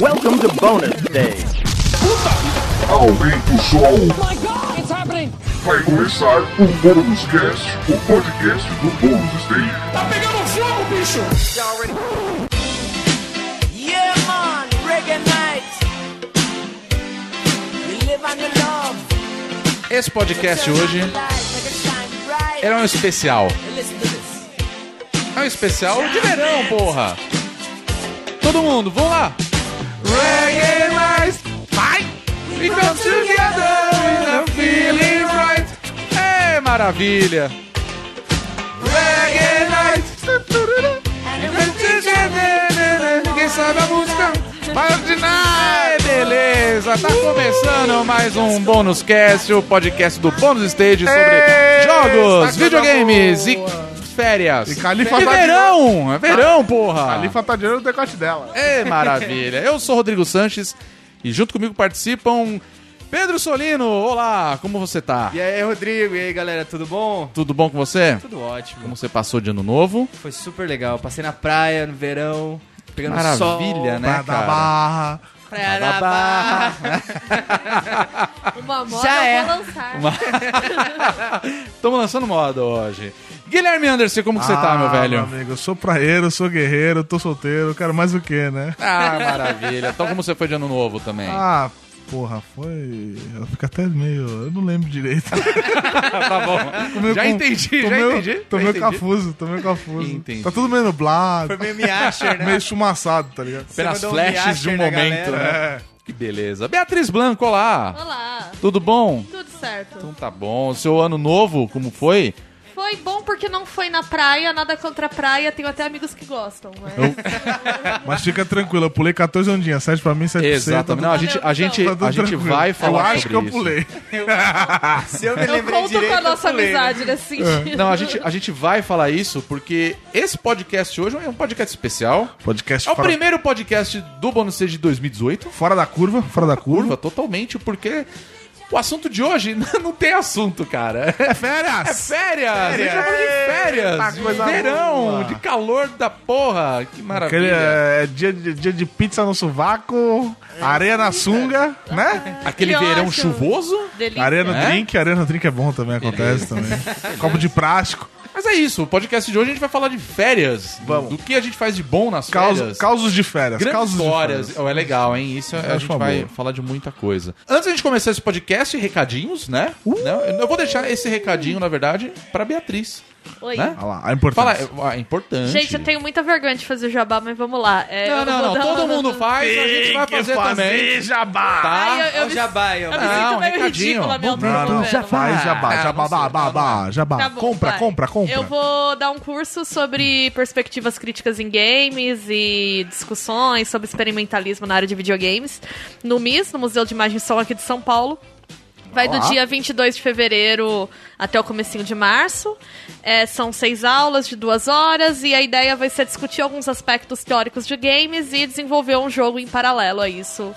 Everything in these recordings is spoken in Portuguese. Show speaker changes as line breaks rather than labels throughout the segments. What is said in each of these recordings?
Welcome to bonus stage.
Aumenta o som,
my god, it's happening!
vai começar o Bônus Cast, o podcast do Bônus Stage.
Tá pegando fogo, bicho!
Yeah, man, reggae night. You live and you love.
Esse podcast hoje é um especial. É um especial de verão, porra. Todo mundo, vamos lá. Reggae Nights. Vai. We come together with a feeling right. É maravilha. Reggae Nights. We come together. Ninguém sabe a música. Mas de nada, É, beleza. Tá começando mais um Bônus Cast, o podcast do Bônus Stage sobre
tá
jogos, videogames e férias.
E Califa
E
tá de- Ah,
verão, é verão, porra.
Ali fantadiano tá no decote dela.
É maravilha. Eu sou Rodrigo Sanches e junto comigo participam Pedro Solino. Olá, como você tá?
E aí, Rodrigo? E aí, galera, tudo bom?
Tudo bom com você?
Tudo ótimo.
Como você passou de ano novo?
Foi super legal. Passei na praia, no verão, pegando sol.
Maravilha, né, cara?
barra.
Praia
Barra.
da Barra. Uma
Já
moda Já
é.
eu vou lançar.
Estamos lançando moda hoje. Guilherme Anderson, como que você
Ah,
tá, meu velho?
amigo, eu sou praeiro, sou guerreiro, tô solteiro, quero mais o que, né?
Ah, maravilha. Então como você foi de ano novo também?
Ah, porra, foi... Eu fico até meio... Eu não lembro direito.
tá bom. já entendi, já entendi.
Tô
já
meio
entendi.
cafuso, tô meio cafuso.
Entendi.
Tá tudo meio nublado,
Foi meio miasher, né?
meio chumaçado, tá ligado?
Apenas
mandou um
flashes
reaction
de um
na
momento, né?
É,
Que beleza. Beatriz Blanco, olá.
Olá,
Tudo bom?
tudo certo.
Então tá bom. O seu ano novo, como foi?
Foi bom porque não foi na praia, nada contra a praia, tenho até amigos que gostam, né? mas...
mas fica tranquilo, eu pulei 14 ondinhas, 7 pra mim, 7 pra você.
Exatamente. Não, a gente, a gente,
tá tudo
a gente
tranquilo.
vai falar
Eu acho
sobre
que eu
isso. É
pulei.
Se eu me
Eu
lembrei
conto
direito,
com a nossa
eu pulei, né?
amizade nesse sentido.
É. Não, a gente, a gente vai falar isso porque esse podcast hoje é um podcast especial.
Podcast
É o
fora,
primeiro podcast do Bonus Stage de 2018.
fora da curva, fora da curva.
Curva totalmente, porque o assunto de hoje não tem assunto, cara. É férias! É férias! A gente tá falando de férias!
coisa
de verão,
boa.
de calor da porra! Que
Aquele,
maravilha!
é, dia, de, dia de pizza no sovaco, areia na sunga, né?
Aquele
Eu
verão
acho.
chuvoso.
Delícia.
Areia no
É?
drink, areia no drink é bom também, acontece também. Copo de plástico,
Mas é isso, o podcast de hoje a gente vai falar de férias.
Vamos.
Do que a gente faz de bom nas
causos,
férias.
causos de férias.
Grandes
causos de
histórias.
férias.
Oh, é legal, hein? Isso a
acho
gente
uma
vai
boa.
falar de muita coisa. Antes da gente começar esse podcast, recadinhos, né?
Uh!
Não, eu vou deixar esse recadinho, na verdade, pra Beatriz.
Oi.
Né?
Olha lá, a
Fala,
importância.
é, é importante.
Gente, eu tenho muita vergonha de fazer o jabá, mas vamos lá. É,
Não,
eu vou
não, não.
dar
Todo
uma-
mundo faz, a gente vai fazer também.
Jabá!
Ai, eu,
Tá?
eu
Ó,
me,
jabá, ó.
eu me
Não,
sinto meio
recadinho.
ridícula, meu Deus.
Não, não, já faz, jabá,
Ah,
jabá,
não sei,
babá, babá, jabá.
Tá bom,
compra,
vai.
compra, compra.
Eu vou dar um curso sobre perspectivas críticas em games e discussões sobre experimentalismo na área de videogames no MIS, no Museu de Imagem e Som aqui de São Paulo. Vai do
Olá.
dia 22 de fevereiro até o comecinho de março. É, são seis aulas de duas horas e a ideia vai ser discutir alguns aspectos teóricos de games e desenvolver um jogo em paralelo a isso.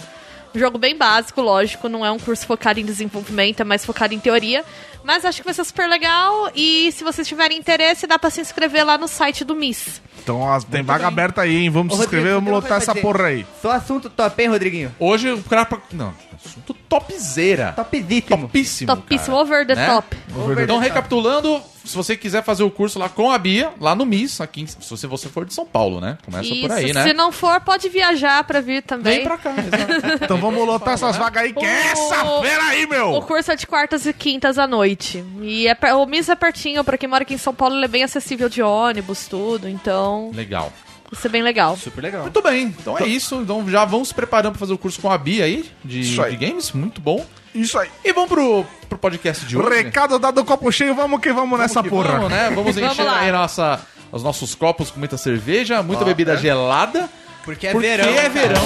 Um jogo bem básico, lógico, não é um curso focado em desenvolvimento, é mais focado em teoria. Mas acho que vai ser super legal e se vocês tiverem interesse, dá pra se inscrever lá no site do Miss.
Então ó, tem vaga aberta aí, hein? Vamos
Ô,
se inscrever,
Rodrigo,
vamos
então
lotar
vai
essa
fazer.
porra aí.
Só assunto top, hein, Rodriguinho?
Hoje o cara. Não, assunto topzera.
Topzíssimo.
Tá Topíssimo.
Topíssimo,
cara,
over the
né?
top.
Então, recapitulando, se você quiser fazer o curso lá com a Bia, lá no MIS, aqui, em- se você- você for de São Paulo, né? Começa
Isso,
por aí, né?
se não for, pode viajar pra vir também.
Vem pra cá, exato.
Então vamos lotar
né?
essas vagas aí, que é
O-
essa feira aí,
Oh.
O
meu!
curso é de quartas e quintas à noite. E é per- o Miss é pertinho, pra quem mora aqui em São Paulo, ele é bem acessível de ônibus, tudo. Então,
Legal.
isso é bem legal.
Super legal.
Muito bem, então é isso. Então já vamos se preparando pra fazer o curso com a Bia aí, de,
Isso aí.
de games, muito bom.
Isso aí.
E vamos pro, pro podcast de hoje. né?
Recado dado copo cheio, vamos que vamos, nessa
Que
porra.
Vamos, né? Vamos
Vamos
encher
lá.
aí nossa, os nossos copos com muita cerveja, muita bebida gelada.
Porque é
porque
verão.
é verão.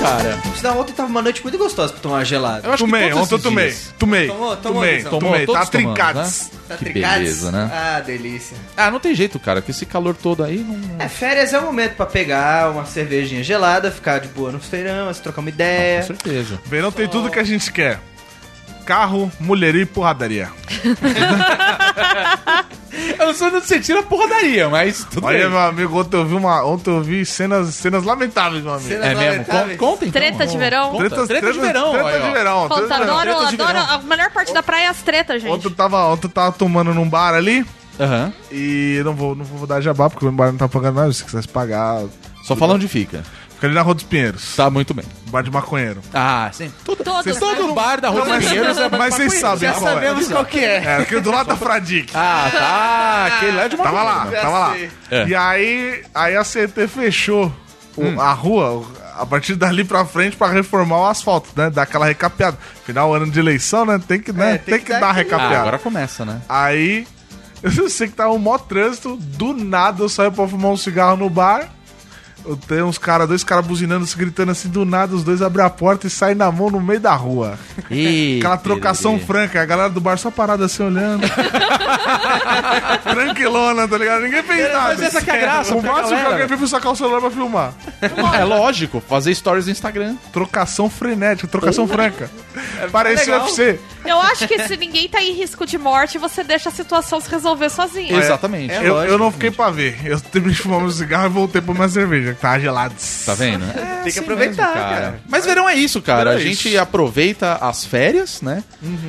Cara,
Isso ontem tava uma noite muito gostosa pra tomar gelado.
eu acho
Tomei,
que todos
ontem eu
esses
tomei,
dias.
tomei,
Tomou, tomou,
tomei,
Luizão?
Tomou,
tomei,
todos
tá
tomando,
trincados.
né?
Tá
que
tricados?
beleza, né?
Ah, delícia.
É.
Ah, não tem jeito, cara, com esse calor todo aí não...
É, férias é o momento pra pegar uma cervejinha gelada, ficar de boa no feirão, se trocar uma
Ah,
É.
Com
ideia.
certeza.
Verão tem tudo que a gente quer. carro, mulherio e porradaria.
Eu não sei onde você tira a porradaria, mas tudo
Olha,
bem.
meu amigo, ontem eu vi uma. Ontem eu vi cenas, cenas lamentáveis, meu amigo.
Cenas-
É mesmo? Con- Conta então.
Tá, Treta de verão.
Conta. Treta, de verão.
Treta
olha, ó.
de verão.
Puta,
treta de verão.
adoro,
treta de
adoro.
verão.
A melhor parte da praia é as tretas,
Ontem
gente.
eu tava, ontem eu tava tomando num bar ali
Aham.
e não vou, não vou dar jabá, porque o bar não tá pagando nada. Se quisesse pagar.
Só fala onde fica.
Fica ali na Rua dos Pinheiros,
Tá muito bem.
bar de maconheiro.
Ah, sim. Todo,
Todos,
todo
né?
bar da Rua
Não, mas-
Pinheiro, você vai
mas
pra-
vocês sabem
é Já
qual é.
sabemos qual que é.
É, aquele do lado da Fradique.
Ah, tá. Aquele lá é de uma
Tava lá, tava lá.
É. Hum.
E aí, aí a CT fechou o- a rua a partir dali pra frente pra reformar o asfalto, né? Dar aquela recapeada. Final ano de eleição, né? Tem que, né?
É,
tem, que, dar a recapeada.
Ah, agora começa, né?
Aí, eu sei que tava um mó trânsito, do nada eu saio pra fumar um cigarro no bar. Eu tenho uns caras, dois caras buzinando, se gritando assim, do nada, os dois abrem a porta e saem na mão no meio da rua.
Ih,
Aquela trocação
pererê.
franca, a galera do bar só parada assim olhando. Tranquilona, tá ligado? Ninguém fez nada.
mas essa que é a graça,
O
pra
máximo que
galera.
alguém fez foi sacar o celular pra filmar.
É lógico, fazer stories no Instagram.
Trocação frenética, trocação franca.
É
Parecia
legal.
UFC.
Eu acho que se ninguém tá em risco de morte, você deixa a situação se resolver sozinho.
Exatamente.
É
eu,
lógico,
eu não fiquei pra ver. Eu terminei de fumar meu cigarro e voltei pra minha cerveja, que tava gelado.
Tá vendo?
Tem que aproveitar, cara.
Mas verão é isso, cara.
tá, Verão
a
é
gente
isso. Uhum.
aproveita as férias, né?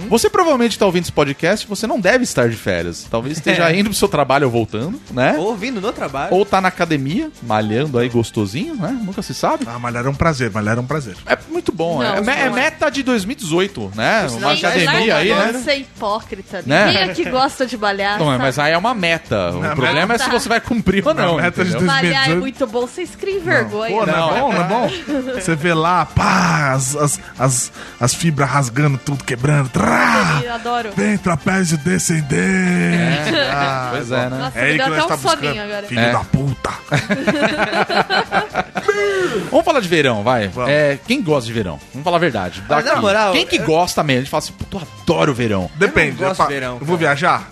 Você provavelmente tá ouvindo esse podcast, você não deve estar de férias.
É.
Talvez esteja indo pro seu trabalho ou voltando, né?
Ou Ouvindo no trabalho.
Ou tá na academia, malhando aí gostosinho, né? Nunca se sabe.
Ah, malhar é um prazer, malhar é um prazer.
É muito bom, é,
Não,
me-
não
é
é.
meta de 2018, né? Uma
Gente, larga
academia
a
aí,
mão de
né?
é ser hipócrita.
Né?
Ninguém aqui gosta de malhar.
Não, é,
sabe?
mas aí é uma meta. O
Não,
problema é se você vai cumprir ou não.
Não, meta de
entendeu?
dois-
Malhar é
2018.
muito bom, vocês criem vergonha.
Pô, não,
Não,
é bom, não é bom? Você vê lá, pá, as, as, as, as fibras rasgando, tudo quebrando. Trá!
né?
Eu
É
adoro.
Vem, trapézio descendente! Ah,
Pois é, né?
Nossa, me deu até um soninho agora.
tá Filho
É.
da puta!
Vamos falar de verão, vai.
Vamos.
É, quem gosta de verão? Vamos falar a verdade.
Mas na
Daqui.
moral,
quem
é-
que
eu-
gosta mesmo? A gente fala assim, puta, eu adoro verão.
Depende,
gosto
eu, fa-
de verão,
eu vou
cara.
viajar?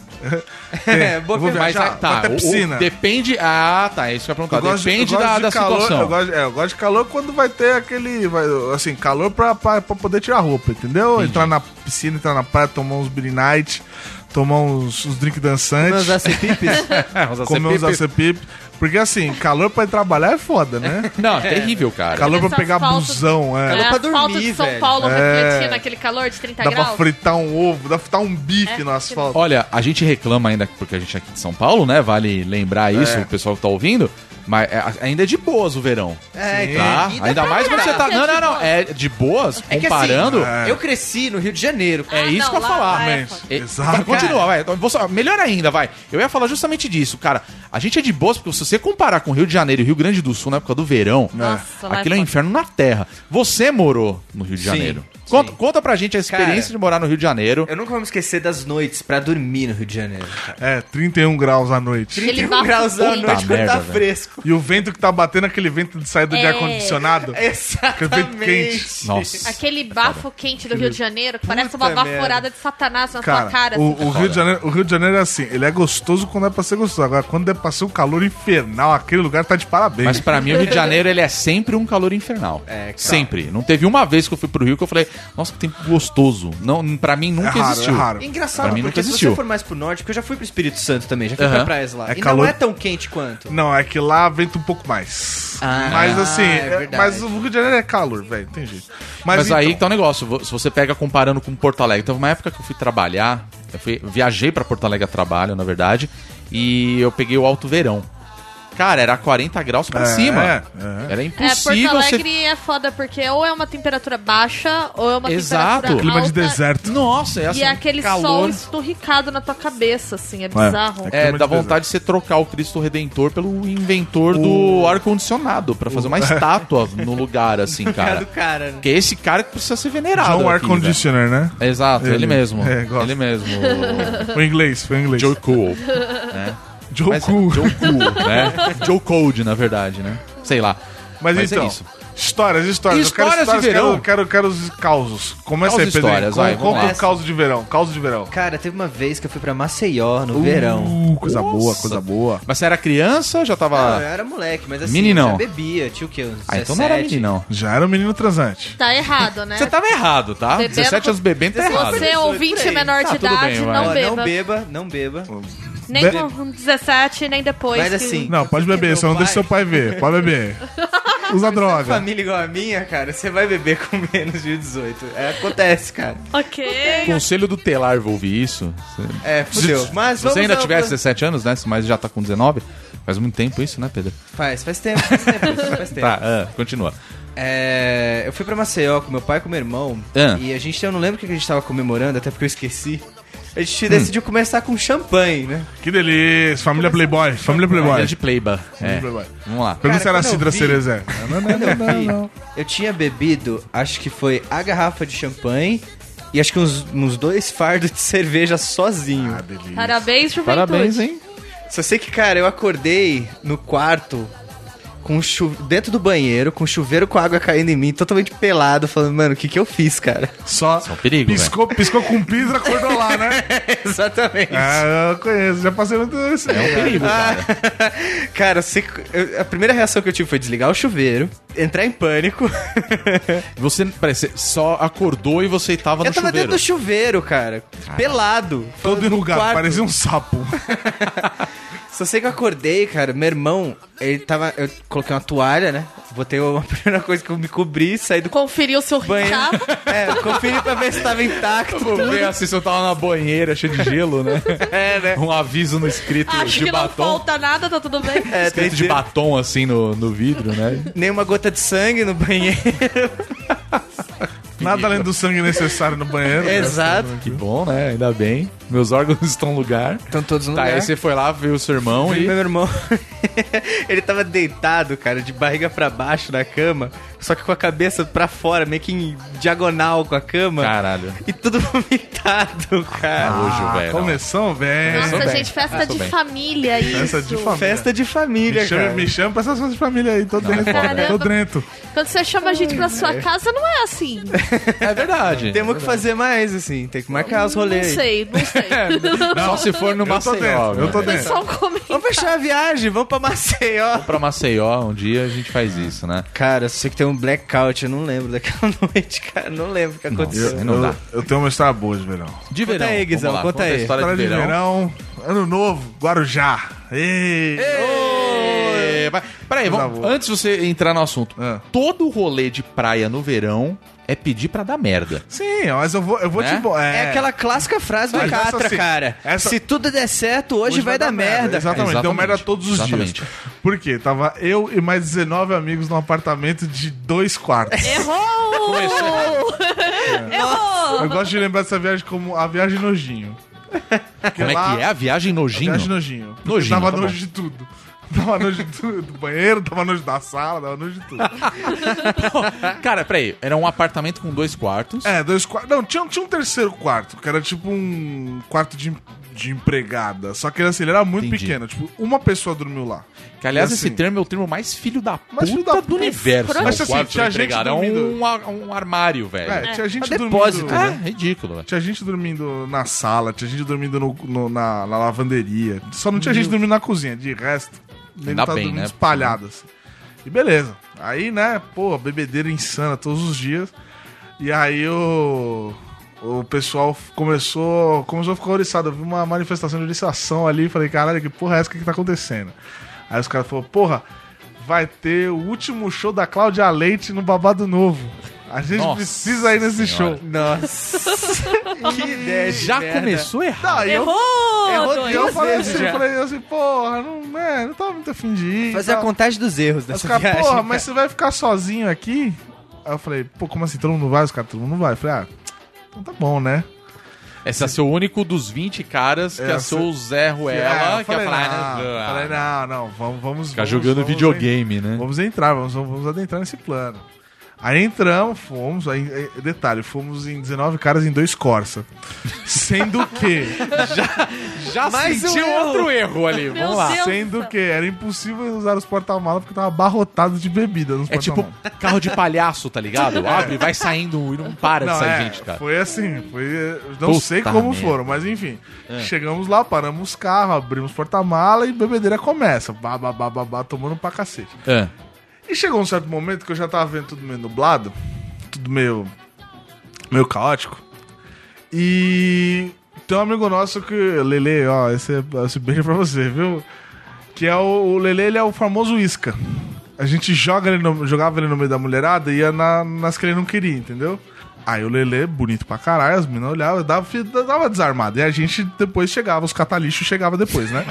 É, boa
eu vou
pergunta.
Mas
viajar,
ah, tá,
vou até
o- o-
piscina.
depende. Ah, tá. É isso que eu ia perguntar.
Eu gosto de- eu
depende
gosto
da,
de
da
calor,
situação.
Eu gosto, é, eu gosto de calor quando vai ter aquele. vai, assim, calor pra, pra, pra poder tirar roupa, entendeu? Entrar na piscina, entrar na praia, tomar uns Billy Night, tomar uns, uns drinks dançantes.
Meus
assim,
acepipes.
É, uns
Comer
ACP.
uns acepip. Porque assim, calor pra ir trabalhar é foda, né?
Não, é terrível, cara.
Calor pra
Esse
pegar
asfalto-
busão, é.
É,
Calor pra
asfalto
dormir,
de São
velho.
Paulo
É.
refletindo aquele calor de 30
Dá pra
graus.
fritar um ovo, dá pra fritar um
É,
bife no asfalto.
Olha, a gente reclama ainda, porque a gente é aqui de São Paulo, né? Vale lembrar
É.
isso, o pessoal que tá ouvindo. Mas é- ainda é de boas o verão.
É,
Tá?
e dá
Ainda
pra
mais quando você tá. Não,
caralho.
não, não. É de boas,
É que
comparando.
assim, eu cresci no Rio de Janeiro, cara.
É
Ah,
isso
não,
que eu ia
lá-
falar.
lá é
mas-
foda.
É,
Exato.
vai, Continua, vai. Então, vou só- melhor ainda, vai. Eu ia falar justamente disso, cara. A gente é de boas, porque se você comparar com o Rio de Janeiro e o Rio Grande do Sul na época do verão,
Nossa, lá é
aquilo é um
foda.
inferno na terra. Você morou no Rio de
Sim,
Janeiro. Conta,
sim.
conta pra gente a experiência
Cara,
de morar no Rio de Janeiro.
Eu nunca vou me esquecer das noites pra dormir no Rio de Janeiro. cara.
É, 31 graus à noite.
Ele
31 graus à
bafo-
noite quando
merda,
tá
velho.
fresco.
E o vento que tá batendo, aquele vento de saída de
É.
ar-condicionado.
Exatamente.
quente.
Nossa.
Aquele bafo quente do Rio de Janeiro que parece uma
Puta
baforada de satanás na
Cara,
sua cara.
o,
assim.
o Rio de Janeiro, o Rio de Janeiro é assim, ele é gostoso quando é pra ser gostoso. Agora, quando é pra ser um calor infernal, aquele lugar tá de parabéns.
Mas pra mim o Rio de Janeiro ele é sempre um calor infernal.
É, cara.
sempre. Não teve uma vez que eu fui pro Rio que eu falei, nossa, que tempo gostoso. Não, para mim
é
nunca
raro,
existiu.
é raro.
É engraçado,
Pra mim nunca
porque se
existiu.
você for mais pro norte, porque eu já fui pro Espírito Santo também, já fui
Aham.
pra praias lá.
É
e
calor-
não é tão quente quanto.
Não, é que lá venta um pouco mais.
Ah,
mas assim,
é
é-
verdade.
mas o Rio de Janeiro é calor, velho, tem jeito. Mas,
Mas, aí que tá
então,
o negócio. vo- Se você pega comparando com Porto Alegre, teve uma época que eu fui trabalhar, eu fui, viajei pra Porto Alegre a trabalho, na verdade, e eu peguei o alto verão. Cara, era 40 graus pra
É,
tá cima.
é.
Era
É, Porto
impossível você.
Alegre é foda, porque ou é uma temperatura baixa, ou é uma
Exato.
temperatura
clima de
alta,
deserto.
Nossa, é assim,
E é aquele sol
calor.
esturricado na tua cabeça, assim, é bizarro.
É.
É,
Clima
dá
de
vontade de você trocar o Cristo Redentor pelo inventor do ar-condicionado, pra fazer uma estátua no lugar, assim,
Cara
cara.
do cara, né?
Porque é esse cara que precisa ser venerado.
John Air
aqui, velho.
Conditioner, né?
Exato, ele,
Ele.
mesmo.
É, gosto.
ele mesmo.
Foi em inglês, foi em inglês.
Joe Cool.
Joe
Mas, é
Cool.
Joe Cool, né? Joe Cold, na verdade, né? Sei lá.
Mas,
Mas é
então,
isso.
Histórias, histórias.
Histórias de verão.
Quero, quero, quero os causos. Começa aí,
Causos,
Pedro.
histórias, vai, vamos
Conta
lá.
o causo de verão. Causo de verão.
Cara, teve uma vez que eu fui pra Maceió no verão.
Uh, coisa boa, coisa boa.
Mas você era criança já
Não,
tava.
eu era moleque, mas assim,
Ah. Meninão.
eu já bebia, tinha o quê? Uns
ah, então não era
17?
meninão.
Já era um menino transante.
Tá errado, né?
Você tava errado, tá?
Bebendo
17 anos bebendo tá
Se
errado.
você é ouvinte
Por aí.
menor
Tá,
de
tudo
idade,
bem, vai.
não
Ó,
beba.
não beba, não beba.
Nem
Be-
com 17, nem depois.
Mas
que-
assim,
Não, pode beber,
Meu
só não
pai.
deixa seu pai ver. Pode beber. Usa droga.
família igual a minha, cara, você vai beber com menos de 18. É, acontece, cara.
Ok.
Conselho do telar, vou ouvir isso.
É, fudeu. Mas
Se
vamos
você ainda
ao-
tiver 17 anos, né? Mas já tá com 19. Faz muito tempo isso, né, Pedro?
Faz, faz tempo, faz tempo, isso, faz tempo.
Tá, ah, continua.
É, eu fui pra Maceió com meu pai e com meu irmão.
Ah.
E a gente, eu não lembro o que a gente tava comemorando, até porque eu esqueci. A gente decidiu
Hum.
começar com champanhe, né?
Que delícia. Família Playboy. Família
Olha
Playboy.
de Playba. É.
Playboy.
Vamos lá.
Pergunta se era né?
quando eu
Cidra
vi-
Cerezé. Não, não, não, não,
E
não.
Eu tinha bebido, acho que foi a garrafa de champanhe e acho que uns, uns dois fardos de cerveja
Ah,
sozinho.
Parabéns, juventude.
Parabéns, hein?
Só sei que, cara, eu acordei no quarto com um chu... dentro do banheiro, com um chuveiro com água caindo em mim, totalmente pelado, falando, mano, o que que eu fiz, cara?
Só
É um perigo, velho.
piscou, piscou com pedra, acordou lá, né?
Exatamente.
Ah, eu conheço. Já passei muito né? esse.
É um perigo,
Ah.
cara.
Cara, se- eu- a primeira reação que eu tive foi desligar o chuveiro, entrar em pânico.
Você parece, só acordou e você tava
eu
no
tava
chuveiro.
dentro do chuveiro, cara. Pelado.
Todo
no
enrugado.
quarto.
Parecia um sapo.
Só sei que eu acordei, cara. Meu irmão, ele tava. Eu coloquei uma toalha, né? Botei uma a primeira coisa que eu me cobri, saí do
Conferiu seu
banheiro.
Ricardo.
É, conferi pra ver se tava intacto. né?
Vou ver assim se eu tava na banheira cheia de gelo, né?
É, né?
Um aviso no escrito
Acho
de
que não
batom.
falta nada, tá tudo bem.
É, tem
Escrito de batom assim no, no vidro, né?
nenhuma gota de sangue no banheiro.
Nada além do sangue necessário no banheiro.
Exato.
Que bom, né? Ainda bem. Meus órgãos estão no lugar.
Estão todos no
Tá,
lugar.
aí você foi um lá, viu o seu irmão
E
e.
Meu irmão, ele tava deitado, cara, de barriga pra baixo na cama, só que com a cabeça pra fora, meio que em diagonal com a cama.
Caralho. É,
E tudo vomitado, cara.
Nojo,
Ah,
velho.
começou, velho.
Começou
Nossa,
bem.
gente, festa
Começou
de
bem.
família isso.
Festa de família.
Festa de família,
Me chama,
cara.
me chama pra essas coisas de família aí. Tô dentro.
foda.
Tô dentro.
Quando você chama a gente pra sua casa, não é assim.
É verdade.
Temos que fazer mais, assim, tem que marcar os
Não
rolês. aí.
sei, não sei.
Só se for no
Eu tô
Maceió.
dentro. Eu tô
velho.
Foi
dentro.
só um comentário.
Vamos fechar a viagem, vamos pra Maceió.
Pra Maceió, um dia a gente faz isso, né?
Cara, eu sei que tem um blackout, eu não lembro daquela noite, cara. Não lembro o que aconteceu.
Nossa, não
eu,
dá.
eu tenho uma história boa de verão.
De
Conta
verão.
aí,
vamos
Guizão,
lá,
conta aí.
A história
História de verão. Ano novo, Guarujá. Ei.
É, mas- Peraí,
Coisa
vamos,
boa.
antes de você entrar no assunto,
Ah.
todo rolê de praia no verão é pedir pra dar merda.
Sim, mas eu vou, eu vou
Né?
te... bo-
É aquela clássica frase do
Mas essa
Catra,
sim,
cara.
essa-
Se tudo der certo, hoje, vai, dar merda. cara.
Exatamente, deu
Exatamente.
merda todos os
Exatamente.
dias. Por quê? Tava eu e mais 19 amigos num apartamento de dois quartos.
Errou! Errou!
eu gosto de lembrar dessa viagem como a viagem nojinho. Porque
Como
lá-
é que é a viagem nojinho?
Viagem nojinho. Porque
Nojinho,
Tava
tá
nojo
bom.
de tudo. Tava nojo de tudo. Do banheiro, tava nojo da sala, tava nojo de tudo.
Cara, peraí, era um apartamento com dois quartos.
É, dois quartos. Não, tinha, tinha um terceiro quarto, que era tipo um quarto de, em- de empregada. Só que assim, ele era muito
Entendi.
pequeno. Tipo, uma pessoa dormiu lá.
Que aliás,
E,
esse
assim,
termo é o termo mais filho da puta,
Mais filho da
do
puta.
universo. né?
Mas,
O
assim,
quarto
tinha
do empregado. É
gente
um,
dormindo.
ar- um armário, velho.
É, tinha gente
É um depósito,
dormindo.
É, ridículo, velho.
Tinha gente dormindo na sala, tinha gente dormindo no- no- na, na lavanderia. Só não tinha gente dormindo na cozinha. De resto, ele
Ainda
tava
bem,
dormindo
né?
espalhado. assim. E beleza. Aí, né, pô, bebedeira insana todos os dias. E aí o, o pessoal f- começou, começou a ficar oriçado. Eu vi uma manifestação de oriçação ali. Falei, caralho, que porra é essa? O que, que tá acontecendo? Aí os caras falaram, porra, vai ter o último show da Cláudia Leite no Babado Novo. A gente
Nossa
precisa ir nesse
Senhora.
show.
Nossa. que ideia de
Já
merda.
começou errado.
Tá, Aí eu
Errou!
E eu
Duas
falei
vezes
assim,
já.
eu falei assim, porra, não, é, não tava muito afim de ir.
Fazer a
tal.
contagem dos erros
Aí Os
dessa
caras,
viagem. né?"
porra,
cara.
mas você vai ficar sozinho aqui? Aí eu falei, pô, como assim? Todo mundo vai? Os caras, todo mundo vai. Eu falei, ah, então tá bom, né?
Esse é seu único dos 20 caras que
É, Ah,
é seu Zé Ruela,
Ela
que ia falar.
não,
"Ah,
falei, não, não, vamos, vamos.
Ficar
vamos-
jogando
vamos
videogame, né?
en- Vamos entrar, vamos, vamos adentrar nesse plano. Aí entramos, fomos, aí, aí- detalhe, fomos em 19 caras em dois Corsa. Sendo que,
Já
Mais um
sentiu
erro.
outro erro ali.
Meu
Vamos lá.
Deus.
Tá sendo que era impossível usar os porta-malas porque tava abarrotado de bebida nos
É tipo
porta-malas.
carro de palhaço, tá ligado? Abre, vai saindo e não para de
Não,
sair
é,
gente, cara.
foi assim, foi. eu Não
Puta
sei como
merda. É.
foram, mas enfim. Chegamos lá, paramos os carros, abrimos porta-mala e bebedeira começa. Babá, babá, babá, tomando pra cacete.
Ah,
E chegou um certo momento que eu já tava vendo tudo meio nublado, tudo meio. meio caótico. E tem um amigo nosso que. Lele, ó, esse, é- esse beijo pra você, viu? Que é o, o Lele, ele é o famoso Isca. A gente joga ele no- jogava ele no meio da mulherada e ia na- nas que ele não queria, entendeu? Aí o Lele, bonito pra caralho, as meninas olhavam, dava, dava desarmado. E a gente depois chegava, os catalixos chegava depois, né?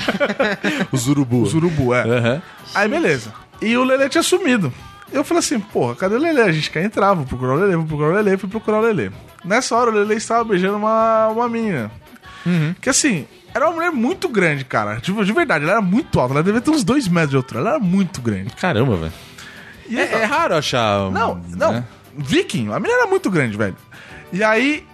Os urubu.
Os urubu, é.
Aham.
Aí beleza. E o Lelê tinha sumido. Eu falei assim, porra, cadê o Lelê? A gente quer entrar, vou procurar o Lelê, vou procurar o Lelê, fui procurar o Lelê. Nessa hora o Lelê estava beijando uma, uma menina. Que assim, era uma mulher muito grande, cara. De, de verdade, ela era muito alta, ela devia ter uns dois metros de altura, ela era muito grande.
Caramba, velho.
E
É, é raro achar. um,
Não, não,
né?
viking, a menina era muito grande, velho. E aí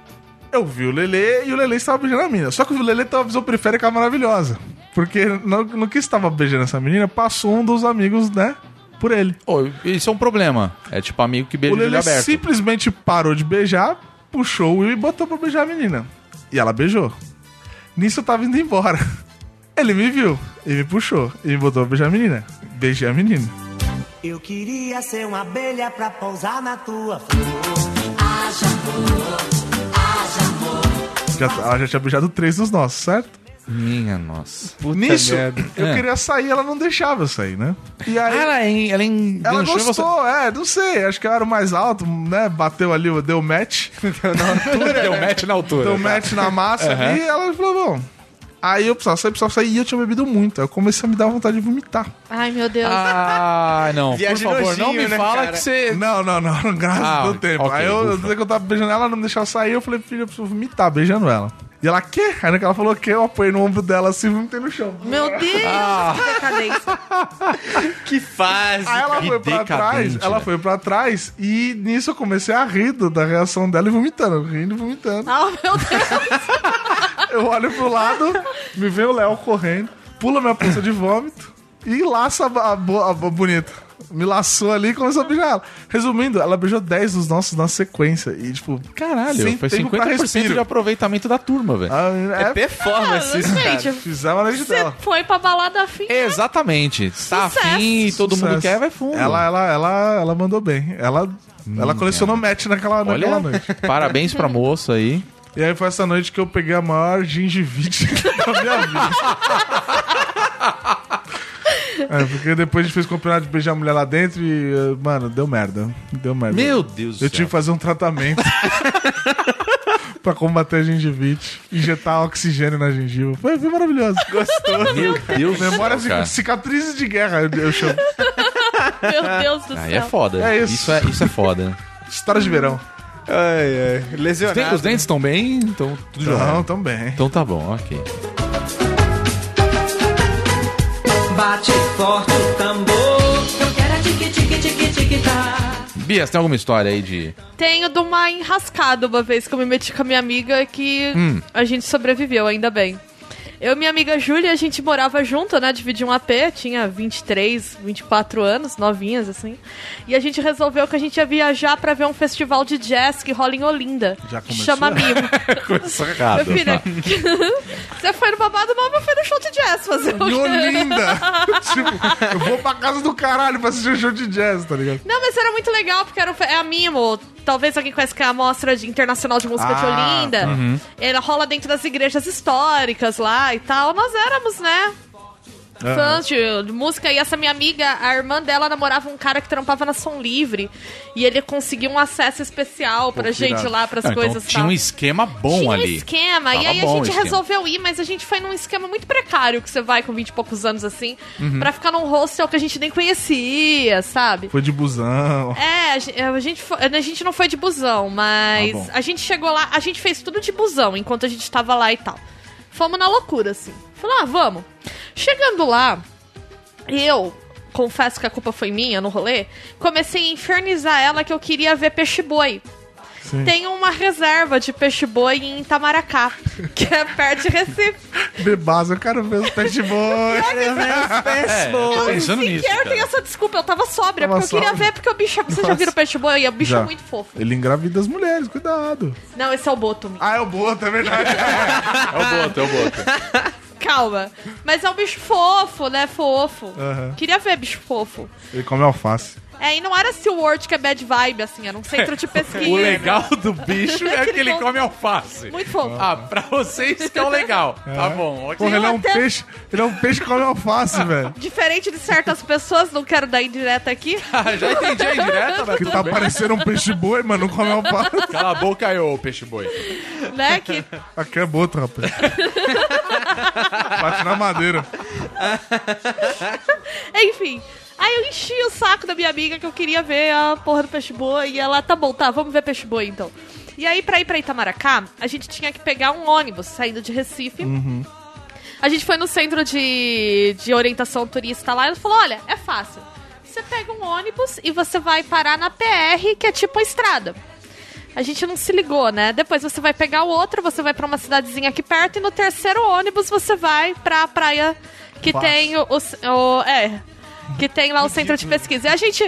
eu vi o Lelê e o Lelê estava beijando a menina. Só que o Lelê tava uma visão periférica maravilhosa. Porque no, no que estava beijando essa menina, passou um dos amigos, né, por ele.
Ô, isso é um problema. É tipo amigo que beija
O
de olho
Lele
aberto.
simplesmente parou de beijar, puxou o Will e botou pra beijar a menina. E ela beijou. Nisso eu tava indo embora. Ele me viu, ele me puxou e me botou pra beijar a menina. Beijei a menina.
Eu queria ser uma abelha pra pousar na tua flor.
Já- ela já tinha beijado três dos nossos, certo?
Minha nossa.
Nisso,
merda.
eu
É.
queria sair, ela não deixava eu sair, né? E aí.
Ah, Ela, en- ela
ela
enganchou em né? você.
gostou, é, não sei, acho que eu era o mais alto, né? Bateu ali, deu match.
Deu match na altura.
Deu match na massa ali, e ela falou, bom. Aí eu precisava sair, precisava sair, e eu tinha bebido muito. Aí eu comecei a me dar vontade de vomitar.
Ai, meu Deus.
Ah, não.
Viagem
Por favor,
nojinho,
não me
né,
fala
cara?
que você.
Não, não, não, graças
Ah,
a Deus, deu tempo.
ok,
aí eu, eu
ufa.
sei que eu tava beijando ela, não me deixava sair, eu falei, filha, eu preciso vomitar, beijando ela. E ela, quê? Aí naquela falou que eu apoiei no ombro dela assim, vomitei no chão.
Meu Deus, que decadência.
Que fase.
Aí ela
que
foi pra
decadente,
trás, ela
velho.
foi pra trás, e nisso eu comecei a rir do- da reação dela e vomitando, rindo e vomitando.
Ah, meu Deus.
Eu olho pro lado, me vê o Léo correndo, pula minha poça de vômito e laça a, bo- a, bo- a bo- bonita. Me laçou ali e começou a beijar ela. Resumindo, ela beijou 10 dos nossos na sequência. E, tipo,
Caralho,
sem
foi
tempo pra
50%
respiro.
de aproveitamento da turma, velho.
Ah,
É
é,
performance isso, cara.
Gente,
fizemos a noite
você
dela.
foi pra balada né? afim.
Exatamente. Tá
Sucesso.
afim e todo mundo
Sucesso.
quer, vai fundo.
Ela, ela, ela, ela mandou bem. Ela, ela colecionou match naquela, naquela
Olha,
noite.
parabéns pra moça aí.
E aí foi essa noite que eu peguei a maior gingivite da minha vida. É, porque depois a gente fez campeonato de beijar a mulher lá dentro e, eh, mano, deu merda. Deu merda.
Meu Deus do
Eu
céu.
tive que fazer um tratamento pra combater a gengivite. Injetar oxigênio na gengiva. Foi, foi maravilhoso. Gostoso.
Meu Deus do
Memória
céu, cara.
cicatrizes de guerra, eu- eu chamo.
Meu Deus do
Aí
céu.
é foda.
É isso.
Isso é, isso é foda.
Histórias de verão.
Ai, ai.
Os dentes- os
Lesionado.
dentes estão bem, então tudo jóia.
Não, também.
Então tá bom, ok.
Bate forte o tambor. Eu quero a tique, tique, tique, tique, tá.
Bia, você tem alguma história aí de.
Tenho de uma enrascada uma vez que eu me meti com a minha amiga que
Hum.
a gente sobreviveu, ainda bem. Eu e minha amiga Júlia, a gente morava junto, né? Dividia um AP, tinha 23, 24 anos, novinhas assim. E a gente resolveu que a gente ia viajar pra ver um festival de jazz que rola em Olinda.
Já
que
começou?
Chama Mimo.
Sacado.
Meu filho, você foi no babado, mas meu filho no show de jazz fazer o
Em
quê?
Olinda! tipo, eu vou pra casa do caralho pra assistir um show de jazz, tá ligado?
Não, mas era muito legal, porque era o fe- é a Mimo. Talvez alguém conheça que é a Mostra de- Internacional de Música de
Ah,
Olinda.
uhum.
Ela rola dentro das igrejas históricas lá e tal. Nós éramos, né? Fãs de, de música. E essa minha amiga, a irmã dela, namorava um cara que trampava na Som Livre. E ele conseguiu um acesso especial pra gente
irado.
lá, pras
Ah,
coisas
então
e
tinha
tal.
um esquema bom
Tinha um
ali.
esquema, e
Tava
aí a
bom o
gente
esquema.
resolveu ir, mas a gente foi num esquema muito precário que você vai com 20 e poucos anos assim,
Uhum.
pra ficar num hostel que a gente nem conhecia, sabe?
Foi de busão.
É, a gen- a gente, fo- a gente não foi de busão, mas
Tá bom.
a gente chegou lá, a gente fez tudo de busão enquanto a gente tava lá e tal. Fomos na loucura, assim. Falei, ah, vamos. Chegando lá, eu confesso que a culpa foi minha no rolê, comecei a infernizar ela que eu queria ver peixe-boi. Tem uma reserva de peixe-boi em Itamaracá, que é perto de Recife.
Bebasa, eu quero ver os pet boy.
É, tô pensando nisso.
Sequer eu
cara.
tenho essa desculpa, eu tava sóbria,
Tava
porque eu queria
sóbria.
ver, porque o bicho. é- Vocês já viram peixe-boi? E o bicho
Já.
é muito fofo.
Ele engravida as mulheres, cuidado.
Não, esse é o Boto.
Ah, é o Boto, é verdade.
É o Boto, é o Boto.
Calma. Mas é um bicho fofo, né? Fofo.
Aham.
Queria ver bicho fofo.
Ele come alface.
É, e não era SeaWorld que é bad vibe, assim, era um centro de pesquisa.
O legal do bicho é que ele come alface.
Muito fofo.
Ah, pra vocês que é o legal. Tá bom, ok.
Porra, ele é um
até-
peixe. Ele é um peixe que come alface, velho.
Diferente de certas pessoas, não quero dar indireta aqui.
Ah, Já entendi a indireta, mas
Que
tudo
tá
bem.
parecendo um peixe boi, mas não come alface.
Cala a boca, eu, peixe boi.
né? Que
Aqui é boto, rapaz. Bate na madeira.
Enfim. Aí eu enchi o saco da minha amiga que eu queria ver a porra do peixe-boi. E ela, tá bom, tá, vamos ver peixe-boi então. E aí, pra ir pra Itamaracá, a gente tinha que pegar um ônibus saindo de Recife.
Uhum.
A gente foi no centro de, de orientação turista lá e ela falou: olha, é fácil. Você pega um ônibus e você vai parar na PR, que é tipo a estrada. A gente não se ligou, né? Depois você vai pegar o outro, você vai pra uma cidadezinha aqui perto, e no terceiro ônibus você vai pra praia que
Vasco.
tem o, o- o- É. Que tem lá o centro de pesquisa. E a gente.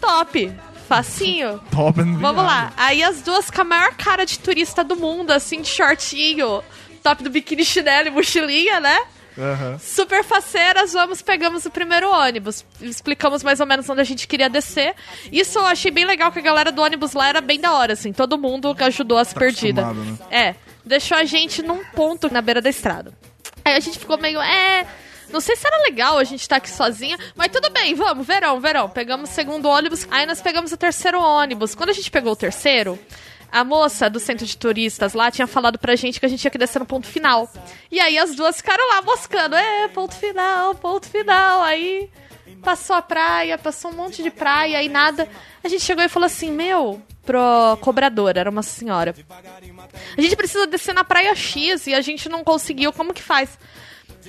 Top! Facinho.
Top and
Vamos
viado.
lá. Aí as duas com a maior cara de turista do mundo, assim, de shortinho, top do biquíni chinelo e mochilinha, né?
Aham.
Super faceiras, vamos, pegamos o primeiro ônibus. Explicamos mais ou menos onde a gente queria descer. Isso eu achei bem legal, que a galera do ônibus lá era bem da hora, assim. Todo mundo ajudou as perdidas.
acostumado,
É, deixou a gente num ponto na beira da estrada. Aí a gente ficou meio, é... Não sei se era legal a gente tá aqui sozinha, mas tudo bem, vamos, verão, verão. Pegamos o segundo ônibus, aí nós pegamos o terceiro ônibus. Quando a gente pegou o terceiro, a moça do centro de turistas lá tinha falado pra gente que a gente tinha que descer no ponto final. E aí as duas ficaram lá moscando, é, ponto final, ponto final. Aí passou a praia, passou um monte de praia e nada. A gente chegou e falou assim, meu, pro cobrador, era uma senhora. A gente precisa descer na praia X e a gente não conseguiu, como que faz?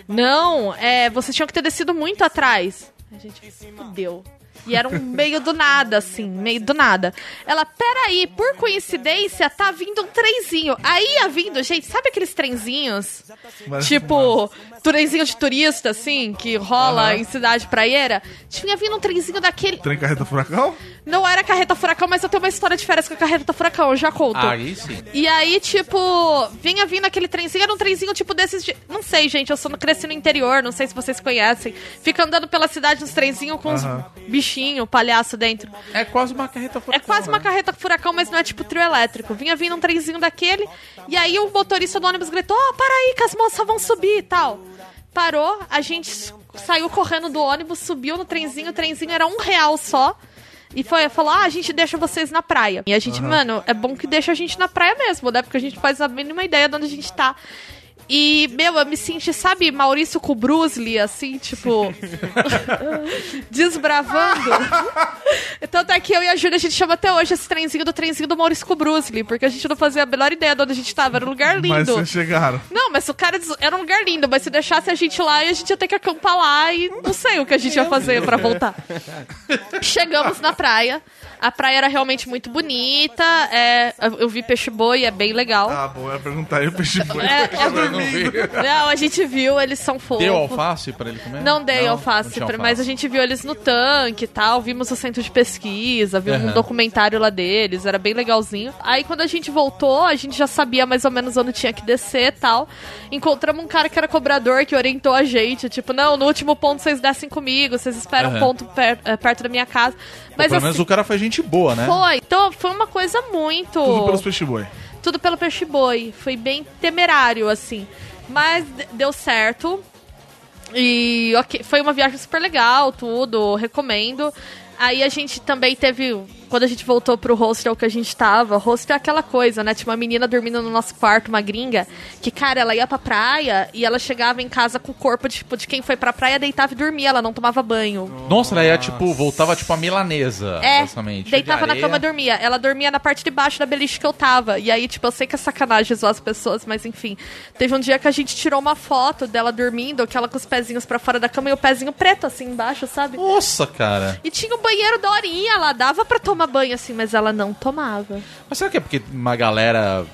Não, é, vocês tinham que ter descido muito atrás. A gente fudeu. E era um meio do nada, assim, meio do nada. Ela, peraí, por coincidência, tá vindo um trenzinho. Aí ia vindo, gente, sabe aqueles trenzinhos?
Mas-
tipo, trenzinho de turista, assim, que rola em cidade praieira? Tinha vindo um trenzinho daquele.
Trem carreta furacão?
Não era carreta furacão, mas eu tenho uma história de férias com a carreta furacão, eu já conto.
Aí sim.
E aí, tipo, vinha vindo aquele trenzinho, era um trenzinho tipo desses de... Não sei, gente, eu só não cresci no interior, não sei se vocês conhecem. Fica andando pela cidade uns trenzinhos com uns
Aham.
bichinhos, palhaço dentro.
É quase uma carreta
É
furacão,
quase uma
né?
carreta furacão, mas não é tipo trio elétrico. Vinha vindo um trenzinho daquele, e aí o motorista do ônibus gritou, ó, para aí que as moças vão subir e tal. Parou, a gente s- saiu correndo do ônibus, subiu no trenzinho, o trenzinho era um real só. E foi, falou, ah, a gente deixa vocês na praia. E a gente, mano, é bom que deixa a gente na praia mesmo, né? Porque a gente faz a mínima ideia de onde a gente tá. E, meu, eu me senti, sabe, Maurício com o Bruce Lee, assim, tipo, desbravando. Tanto é que eu e a Júlia, a gente chama até hoje esse trenzinho do trenzinho do Maurício com o Bruce Lee, porque a gente não fazia a menor ideia de onde a gente tava, era um lugar
Mas
lindo.
vocês chegaram.
Não, mas o cara des- era um lugar lindo, mas se deixasse a gente lá, a gente ia ter que acampar lá e não sei o que a gente ia fazer pra voltar. Chegamos na praia. A praia era realmente muito bonita. é, eu vi peixe-boi, é bem legal.
Ah, bom, eu ia perguntar aí, peixe boi.
É, é
Eu não vi.
Não, a gente viu, eles são fofos.
Deu alface pra ele comer?
Não dei
Não, não
alface,
tinha
mas a gente viu eles no tanque e tal, vimos o centro de pesquisa, vimos
Aham.
um documentário lá deles, era bem legalzinho. Aí quando a gente voltou, a gente já sabia mais ou menos onde tinha que descer e tal. Encontramos um cara que era cobrador que orientou a gente, tipo, não, no último ponto vocês descem comigo, vocês esperam
Aham.
um ponto per- eh, perto da minha casa. Mas
Pelo
assim,
menos o cara foi gente boa, né?
foi. Então foi uma coisa muito
Tudo pelos peixe boi.
tudo pelo peixe boi. Foi bem temerário, assim. Mas d- deu certo. E ok, foi uma viagem super legal, tudo, recomendo. Aí a gente também teve quando a gente voltou pro hostel que a gente tava, hostel é aquela coisa, né? Tinha uma menina dormindo no nosso quarto, uma gringa, que, cara, ela ia pra praia e ela chegava em casa com o corpo, tipo, de quem foi pra praia, deitava e dormia, ela não tomava banho.
Nossa, ela ia, tipo, voltava, tipo, a milanesa,
É,
basicamente.
deitava
De
na
areia.
cama e dormia. Ela dormia na parte de baixo da beliche que eu tava. E aí, tipo, eu sei que é sacanagem zoar as pessoas, mas enfim. Teve um dia que a gente tirou uma foto dela dormindo, que ela com os pezinhos pra fora da cama e o pezinho preto assim embaixo, sabe?
Nossa, cara.
E tinha um banheiro da horinha, ela dava pra tomar banho assim, mas ela não tomava.
Mas será que é porque uma galera,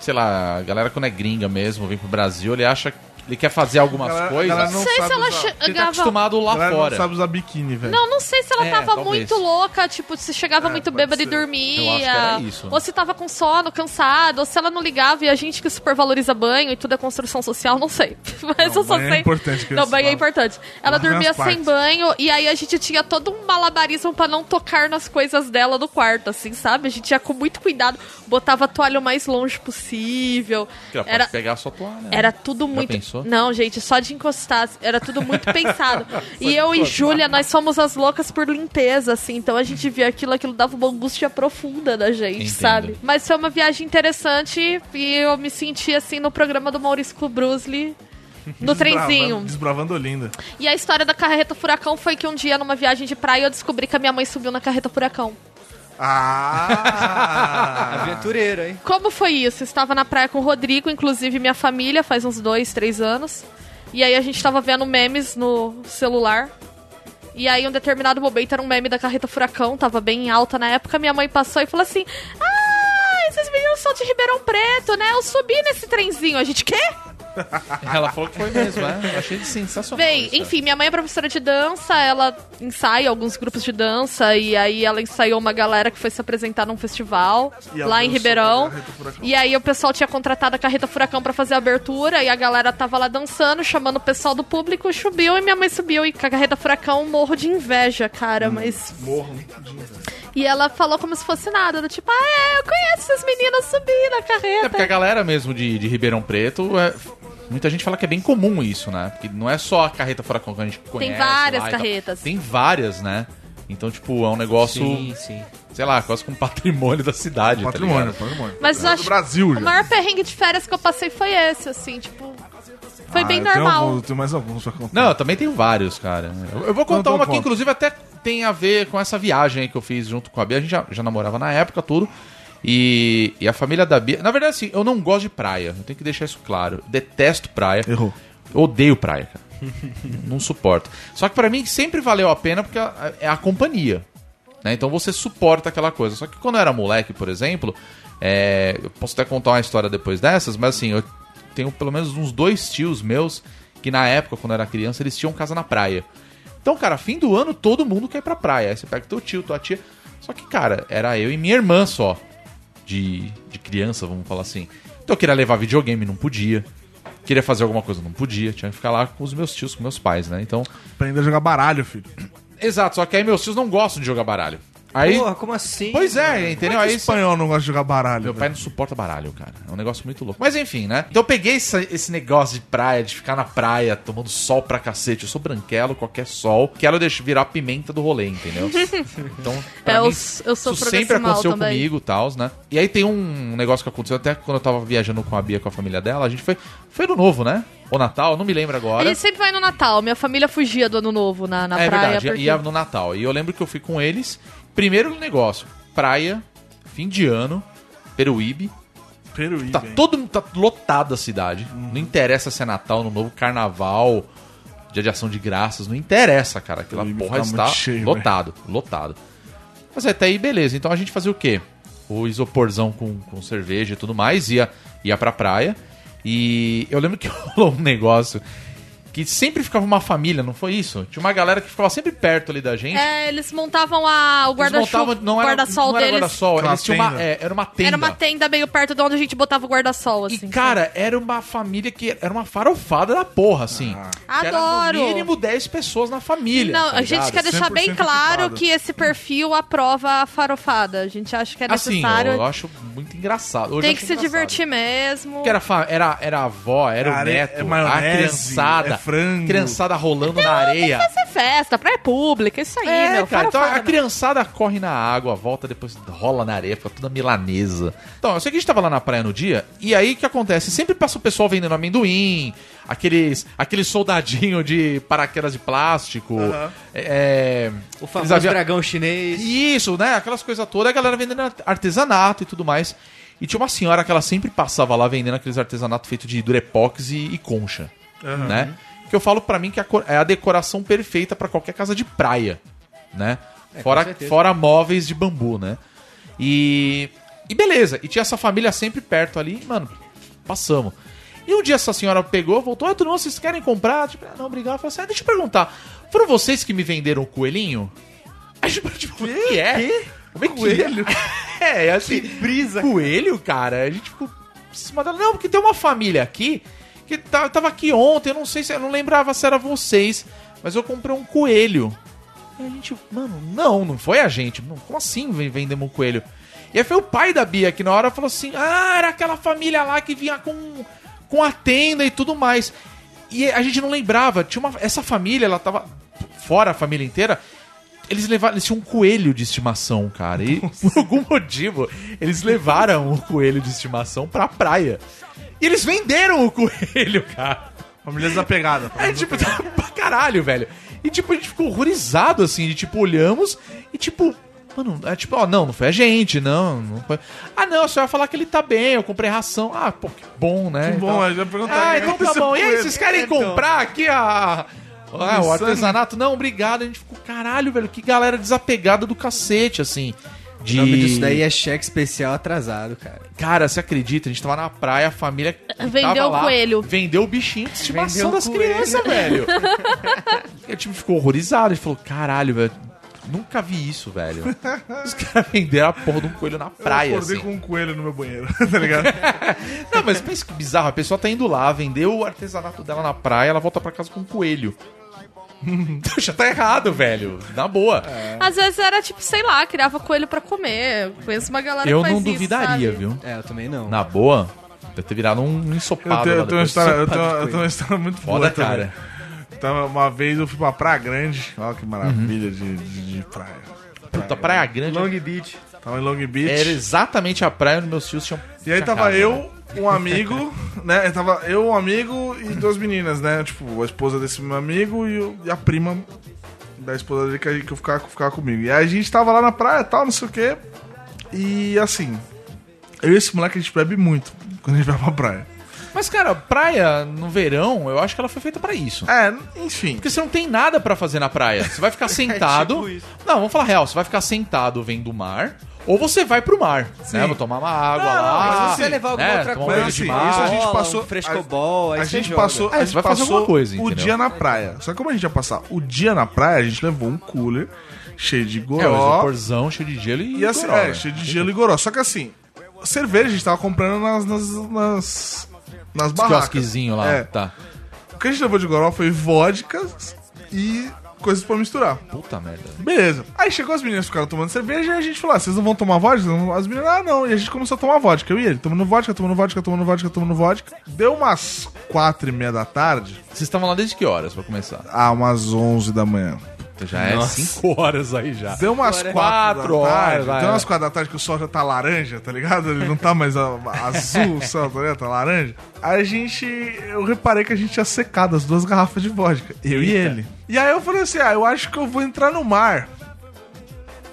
sei lá, a galera quando é gringa mesmo, vem pro Brasil, ele acha que ele quer fazer algumas
Galera-
coisas.
galera
Não
Não
sei se
sabe
ela
usar.
Ele tá
chegava.
acostumado lá
Galera
fora.
não sabe usar biquíni, velho.
Não, não sei se ela
É,
tava
talvez.
muito louca, tipo, se chegava
É,
muito
pode
bêbada e
ser.
dormia.
Eu acho que era isso.
Ou se tava com sono, cansada, ou se ela não ligava e a gente que supervaloriza banho e tudo é construção social, não sei. Mas
Não,
eu só
banho é
sei.
importante que
não,
eles
banho é
falam.
importante. Ela
Guarda
dormia
as
sem
partes.
banho e aí a gente tinha todo um malabarismo pra não tocar nas coisas dela no quarto, assim, sabe? A gente ia com muito cuidado, botava a toalha o mais longe possível.
Que ela pode
Era,
pegar a sua toalha.
era tudo
Já
muito.
pensou?
Não, gente, só de encostar. Era tudo muito pensado. e eu e Júlia, nós somos as loucas por limpeza, assim. Então a gente via aquilo, aquilo dava uma angústia profunda na gente,
Entendo.
sabe? Mas foi uma viagem interessante e eu me senti, assim, no programa do Maurício Brusli. No
Desbravando-
trenzinho.
Desbravando Olinda.
E a história da carreta furacão foi que um dia, numa viagem de praia, eu descobri que a minha mãe subiu na carreta furacão.
Tá
Ah!
Aventureiro, hein?
Como foi isso? Estava na praia com o Rodrigo, inclusive minha família, faz uns dois, três anos. E aí a gente tava vendo memes no celular. E aí, em um determinado momento, era um meme da carreta Furacão, tava bem em alta na época. Minha mãe passou e falou assim: Ah, esses meninos são de Ribeirão Preto, né? Eu subi nesse trenzinho. A gente, quê?
Ela falou que foi mesmo, é. Eu achei sensacional.
Bem,
isso, cara.
enfim, minha mãe é professora de dança, ela ensaia alguns grupos de dança e aí ela ensaiou uma galera que foi se apresentar num festival
E ela
lá em
dançou
Ribeirão.
com a Carreta Furacão.
E aí o pessoal tinha contratado a Carreta Furacão pra fazer a abertura e a galera tava lá dançando, chamando o pessoal do público, subiu e minha mãe subiu e com a Carreta Furacão morro de inveja, cara, mas
Hum, Morro. Gente,
e ela falou como se fosse nada, do tipo, ah, é, eu conheço essas meninas subir na
É porque a
carreta.
galera mesmo de, de Ribeirão Preto, é- muita gente fala que é bem comum isso, né? Porque não é só a carreta furacão que a gente conhece.
várias
lá e tal.
carretas.
Tem várias, né? Então, tipo, é um negócio,
Sim, sim.
sei lá, quase com patrimônio da cidade. tá
Patrimônio,
ligado?
patrimônio.
Mas eu
É do
acho
Brasil,
o
já.
maior perrengue de férias que eu passei foi esse, assim, tipo, foi
Ah,
bem
eu tenho
normal.
um,
alguns- Eu tenho mais alguns pra contar.
Não, eu também tenho vários, cara. Eu, eu vou contar
Então,
uma que,
conta.
inclusive, até tem a ver com essa viagem aí que eu fiz junto com a Bia. A gente já, já namorava na época, tudo. E, e a família da Bia. Na verdade, assim, eu não gosto de praia. Eu tenho que deixar isso claro. Eu Detesto praia.
Errou.
Eu odeio praia, cara. não suporto. Só que pra mim sempre valeu a pena porque a- a- é a companhia. né? Então você suporta aquela coisa. Só que quando eu era moleque, por exemplo, é, eu posso até contar uma história depois dessas, mas assim, eu tenho pelo menos uns dois tios meus que na época, quando eu era criança, eles tinham casa na praia. Então, cara, fim do ano todo mundo quer ir pra praia. Aí você pega teu tio, tua tia. Só que, cara, era eu e minha irmã só. De, de criança, vamos falar assim. Então eu queria levar videogame, não podia. Queria fazer alguma coisa, não podia. Tinha que ficar lá com os meus tios, com meus pais, né? Então.
Aprenda a jogar baralho, filho.
Exato, só que aí meus tios não gostam de jogar baralho. Aí.
Porra, como assim?
pois é, entendeu?
Como é que
Aí você-
espanhol não gosta de jogar baralho. né?
meu pai
velho?
não suporta baralho, cara. É um negócio muito louco. Mas enfim, né? Então eu peguei essa- esse negócio de praia, de ficar na praia, tomando sol pra cacete. Eu sou branquelo, qualquer sol. Quero deixar virar a pimenta do rolê, entendeu? Então, pra
É, eu
mim,
s- eu sou
isso sempre
progressimal
aconteceu
também.
comigo e tal, né? E aí tem um negócio que aconteceu até quando eu tava viajando com a Bia, com a família dela. A gente foi... Foi no Novo, né? Ou Natal, não me lembro
A
agora.
gente sempre vai no Natal. Minha família fugia do ano novo na, na
é
praia.
verdade,
porque-
ia no Natal. E eu lembro que eu fui com eles. Primeiro negócio, praia, fim de ano, Peruíbe.
Peruíbe,
Tá
hein?
todo mundo tá lotado a cidade.
Uhum.
Não interessa se é Natal, no novo carnaval, dia de ação de graças, não interessa, cara. Aquela
Ui,
porra
tá
está
muito cheio,
lotado, lotado. Mas até aí, beleza. Então a gente fazia o quê? O isoporzão com, com cerveja e tudo mais, ia, ia pra praia. E eu lembro que rolou um negócio que sempre ficava uma família, não foi isso? Tinha uma galera que ficava sempre perto ali da gente.
É, eles montavam a, o
Eles
guarda-chuva,
montavam- não
o
era,
guarda-sol
não era
deles.
guarda-sol,
Uma
eles tinham uma-
tenda.
é, era uma tenda.
Era uma tenda meio perto de onde a gente botava o guarda-sol,
E,
assim.
cara, era uma família que era uma farofada da porra, assim.
Ah.
Que
Adoro.
Era no mínimo 10 pessoas na família.
Não, é
tá
a gente
ligado?
quer deixar bem
100%
claro
equipado.
que esse perfil aprova a farofada. A gente acha que é
Assim,
necessário.
eu acho muito engraçado. Hoje eu
tem
acho
que se
engraçado.
divertir mesmo.
Porque era, fa- era, era a avó, era o
Cara, é-
neto,
é
a
maionese,
criançada,
é frango.
Criançada rolando na areia.
Isso é festa, praia pública, isso aí,
É,
meu.
cara. Então a
farofada, meu.
criançada corre na água, volta, depois rola na areia, fica toda milanesa. Então, eu sei que a gente tava lá na praia no dia, e aí o que acontece? Sempre passa o pessoal vendendo amendoim, aqueles, aquele soldadinho de paraquedas de plástico. é,
O
eles
famoso
haviam-
dragão chinês.
Isso, né? Aquelas coisas todas, a galera vendendo artesanato e tudo mais. E tinha uma senhora que ela sempre passava lá vendendo aqueles artesanatos feitos de durepox e, e concha, né? Que eu falo pra mim que a cor- é a decoração perfeita pra qualquer casa de praia, né?
É, com
fora,
certeza.
fora móveis de bambu, né? E, e beleza, e tinha essa família sempre perto ali, mano, passamos. E um dia essa senhora pegou, voltou, ah, tudo bom, vocês querem comprar? Tipo, ah, não, obrigado. Eu falei assim, ah, deixa eu perguntar, foram vocês que me venderam o coelhinho? Aí tipo, tipo, o que é? Como é que coelho? É, assim, brisa. Coelho, cara. A gente ficou em cima dela. Não, porque tem uma família aqui que tá- tava aqui ontem, eu não sei se eu não lembrava se era vocês, mas eu comprei um coelho. E a gente, mano, não, não foi a gente. Não, como assim ven- vendemos um coelho? E aí foi o pai da Bia que na hora falou assim: Ah, era aquela família lá que vinha com, com a tenda e tudo mais. E a gente não lembrava, tinha uma, essa família, ela tava fora a família inteira. Eles levaram, eles tinham um coelho de estimação, cara. E por algum motivo, eles levaram o coelho de estimação pra praia. E eles venderam o coelho, cara.
Família desapegada.
É tipo, tá pra caralho, velho. E tipo, a gente ficou horrorizado, assim, de tipo, olhamos e tipo. Mano, é tipo, ó, não, não foi a gente, não, não foi. Ah, não, a senhora falar que ele tá bem, eu comprei ração. Ah, pô, que bom, né?
Que bom,
Então-
eu já ia perguntar,
Ah,
que
então tá
aconteceu
bom. E
com
aí,
ele?
vocês querem
Então.
comprar aqui a. Ah, o
Insano.
artesanato? Não, obrigado. A gente ficou, caralho, velho, que galera desapegada do cacete, assim. De...
O nome disso daí é cheque especial atrasado, cara.
Cara, você acredita? A gente tava na praia, a família. que
Vendeu
tava
o
lá,
coelho.
Vendeu o bichinho de estimação
Vendeu o
das
coelho.
crianças, velho. e o time ficou horrorizado. A gente falou: caralho, velho. Nunca vi isso, velho. Os caras venderam a porra de um coelho na praia.
Eu acordei
assim.
com um coelho no meu banheiro, tá ligado?
Não, mas pensa que bizarro. A pessoa tá indo lá, vendeu o artesanato dela na praia, ela volta pra casa com um coelho. Então já tá errado, velho. Na boa.
É.
Às vezes era tipo, sei lá, criava coelho pra comer. Conheço uma galera
Eu
que faz
não
isso,
duvidaria,
sabe?
viu?
É, eu também não.
Na boa, deve ter virado um
Eu
ensopado.
tenho,
lá
eu tenho uma
depois.
história, eu tenho,
Sopado de
eu tenho uma história muito
Foda,
boa também.
cara.
Então, uma vez eu fui pra Praia Grande. Olha que maravilha
Uhum.
de, de- de praia.
Puta, Praia Grande
Long Beach.
Tava em Long Beach.
Era exatamente a praia onde meus tios tinham.
E aí
tinha
tava
casa, né?
eu, um amigo, né? Tava eu, um amigo e duas meninas, né? Tipo, a esposa desse meu amigo e, o- e a prima da esposa dele que, a- que eu ficava, que ficava comigo. E aí a gente tava lá na praia e tal, não sei o quê. E assim, eu e esse moleque a gente bebe muito quando a gente vai pra praia.
Mas, cara, praia no verão, eu acho que ela foi feita pra isso.
É, enfim.
Porque você não tem nada pra fazer na praia. Você vai ficar sentado. Não, vamos falar real. Você vai ficar sentado vendo o mar. Ou você vai pro mar, né? Vou tomar uma água
Não,
lá.
mas você vai levar alguma
né?
outra
tomar um
coisa.
banho de
Mas,
mar.
assim, isso a gente
Bola,
passou-
um frescobol, aí
A
você
gente
joga.
É,
passou, a
você
gente
vai fazer
passou
alguma coisa,
o
entendeu?
dia na praia. Só que como a gente ia passar o dia na praia, a gente levou um cooler cheio de goró.
É, o isoporzão cheio de gelo e,
E assim,
goró,
é,
né?
cheio de gelo e goró. Só que assim, cerveja a gente tava comprando nas. nas. nas, nas
Os
barracas.
quiosquezinhos lá,
É.
tá.
O que a gente levou de goró foi vodka e coisas pra misturar.
Puta merda.
Beleza. Aí chegou as meninas, ficaram tomando cerveja e a gente falou: ah, vocês não vão tomar vodka? As meninas, ah, não. E a gente começou a tomar vodka. Eu e ele, tomando vodka, tomando vodka, tomando vodka, tomando vodka. Deu umas quatro e meia da tarde,
Vocês estavam lá desde que horas pra começar?
a umas 11 da manhã.
Já é 5 horas aí já.
Deu umas
é Quatro
quatro,
horas,
da tarde.
vai,
deu umas
vai.
quatro da tarde que o sol já tá laranja, tá ligado? Ele não tá mais a- a- azul, o céu, tá ligado? Tá laranja. Aí a gente. Eu reparei que a gente tinha secado as duas garrafas de vodka. Eu e ele. E aí eu falei assim: ah, eu acho que eu vou entrar no mar.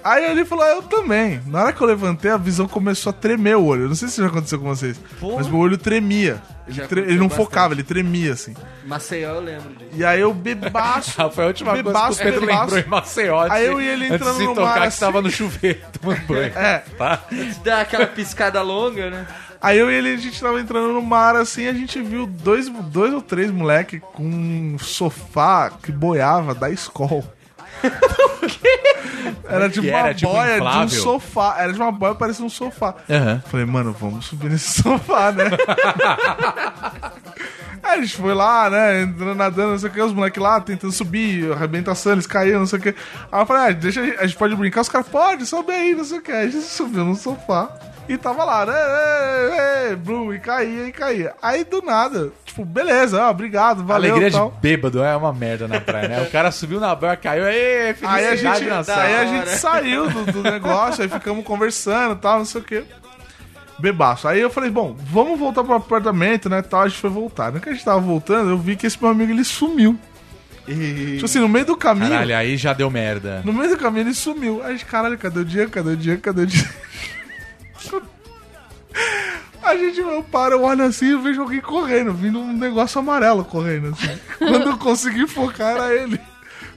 Aí ele falou, ah, eu também. Na hora que eu levantei, a visão começou a tremer o olho. Eu Não sei se já aconteceu com vocês. Mas meu olho tremia. Ele,
Já
tre-
aconteceu
ele não
bastante.
focava, ele tremia assim.
Maceió, eu lembro disso.
E aí eu bebaço.
Ah, foi a última coisa
Bebaço,
que o Pedro
bebaço.
lembrou em Maceió. antes
Aí eu
de-
e ele
antes
entrando
de
no
tocar
mar,
que
assim.
tava no chuveiro tomando banho.
É.
Tá?
Dá aquela piscada longa, né?
Aí eu e ele, a gente tava entrando no mar assim, a gente viu dois, dois ou três moleque com um sofá que boiava da escola. era de
que
uma
era? Tipo
boia de um
inflável?
sofá. Era de uma boia parecia um sofá.
Aham.
Falei, mano, vamos subir nesse sofá, né? Aí né? a gente foi lá, né? Entrando nadando, não sei o que, os moleques lá tentando subir, arrebentação, eles caíram, não sei o que. Aí eu falei, ah, deixa a gente, a gente pode brincar, os caras podem, sobe aí, não sei o que. Aí a gente subiu no sofá e tava lá, né? é, é, é, Blue, e caía, e caía. Aí do nada, tipo, beleza, ó, obrigado,
A
valeu.
alegria
tal.
de bêbado é uma merda na praia, né? O cara subiu na barra, caiu, ê,
Aí a
felicidade
gente,
na sala.
aí a gente saiu do, do negócio, aí ficamos conversando e tal, não sei o quê. Bebaço. Aí eu falei, bom, vamos voltar pro apartamento, né, tal, a gente foi voltar. No que a gente tava voltando, eu vi que esse meu amigo, ele sumiu. Tipo assim, no meio do caminho,
Caralho, aí já deu merda.
no meio do caminho ele sumiu. Aí a gente, caralho, cadê o Diego, cadê o Diego, cadê o Diego? A gente eu paro, eu olho assim e vejo alguém correndo, vindo um negócio amarelo correndo, assim. Quando eu consegui focar, era ele.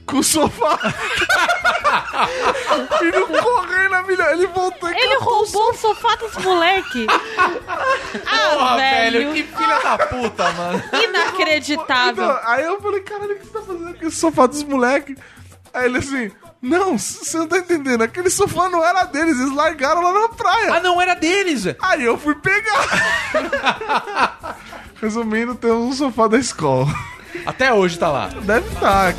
Com o sofá. Vindo correndo a milhão. Ele voltou e
Ele é roubou o sofá dos moleque. ah,
Porra,
velho.
velho, que filha da puta, mano.
Inacreditável.
Então, aí eu falei, caralho, o que você tá fazendo com esse sofá dos moleques? Aí ele assim, não, c- você não tá entendendo, aquele sofá não era deles, eles largaram lá na praia.
Ah, não, era deles!
Aí eu fui pegar. Resumindo, tem um sofá da escola.
Até hoje tá lá.
Deve estar.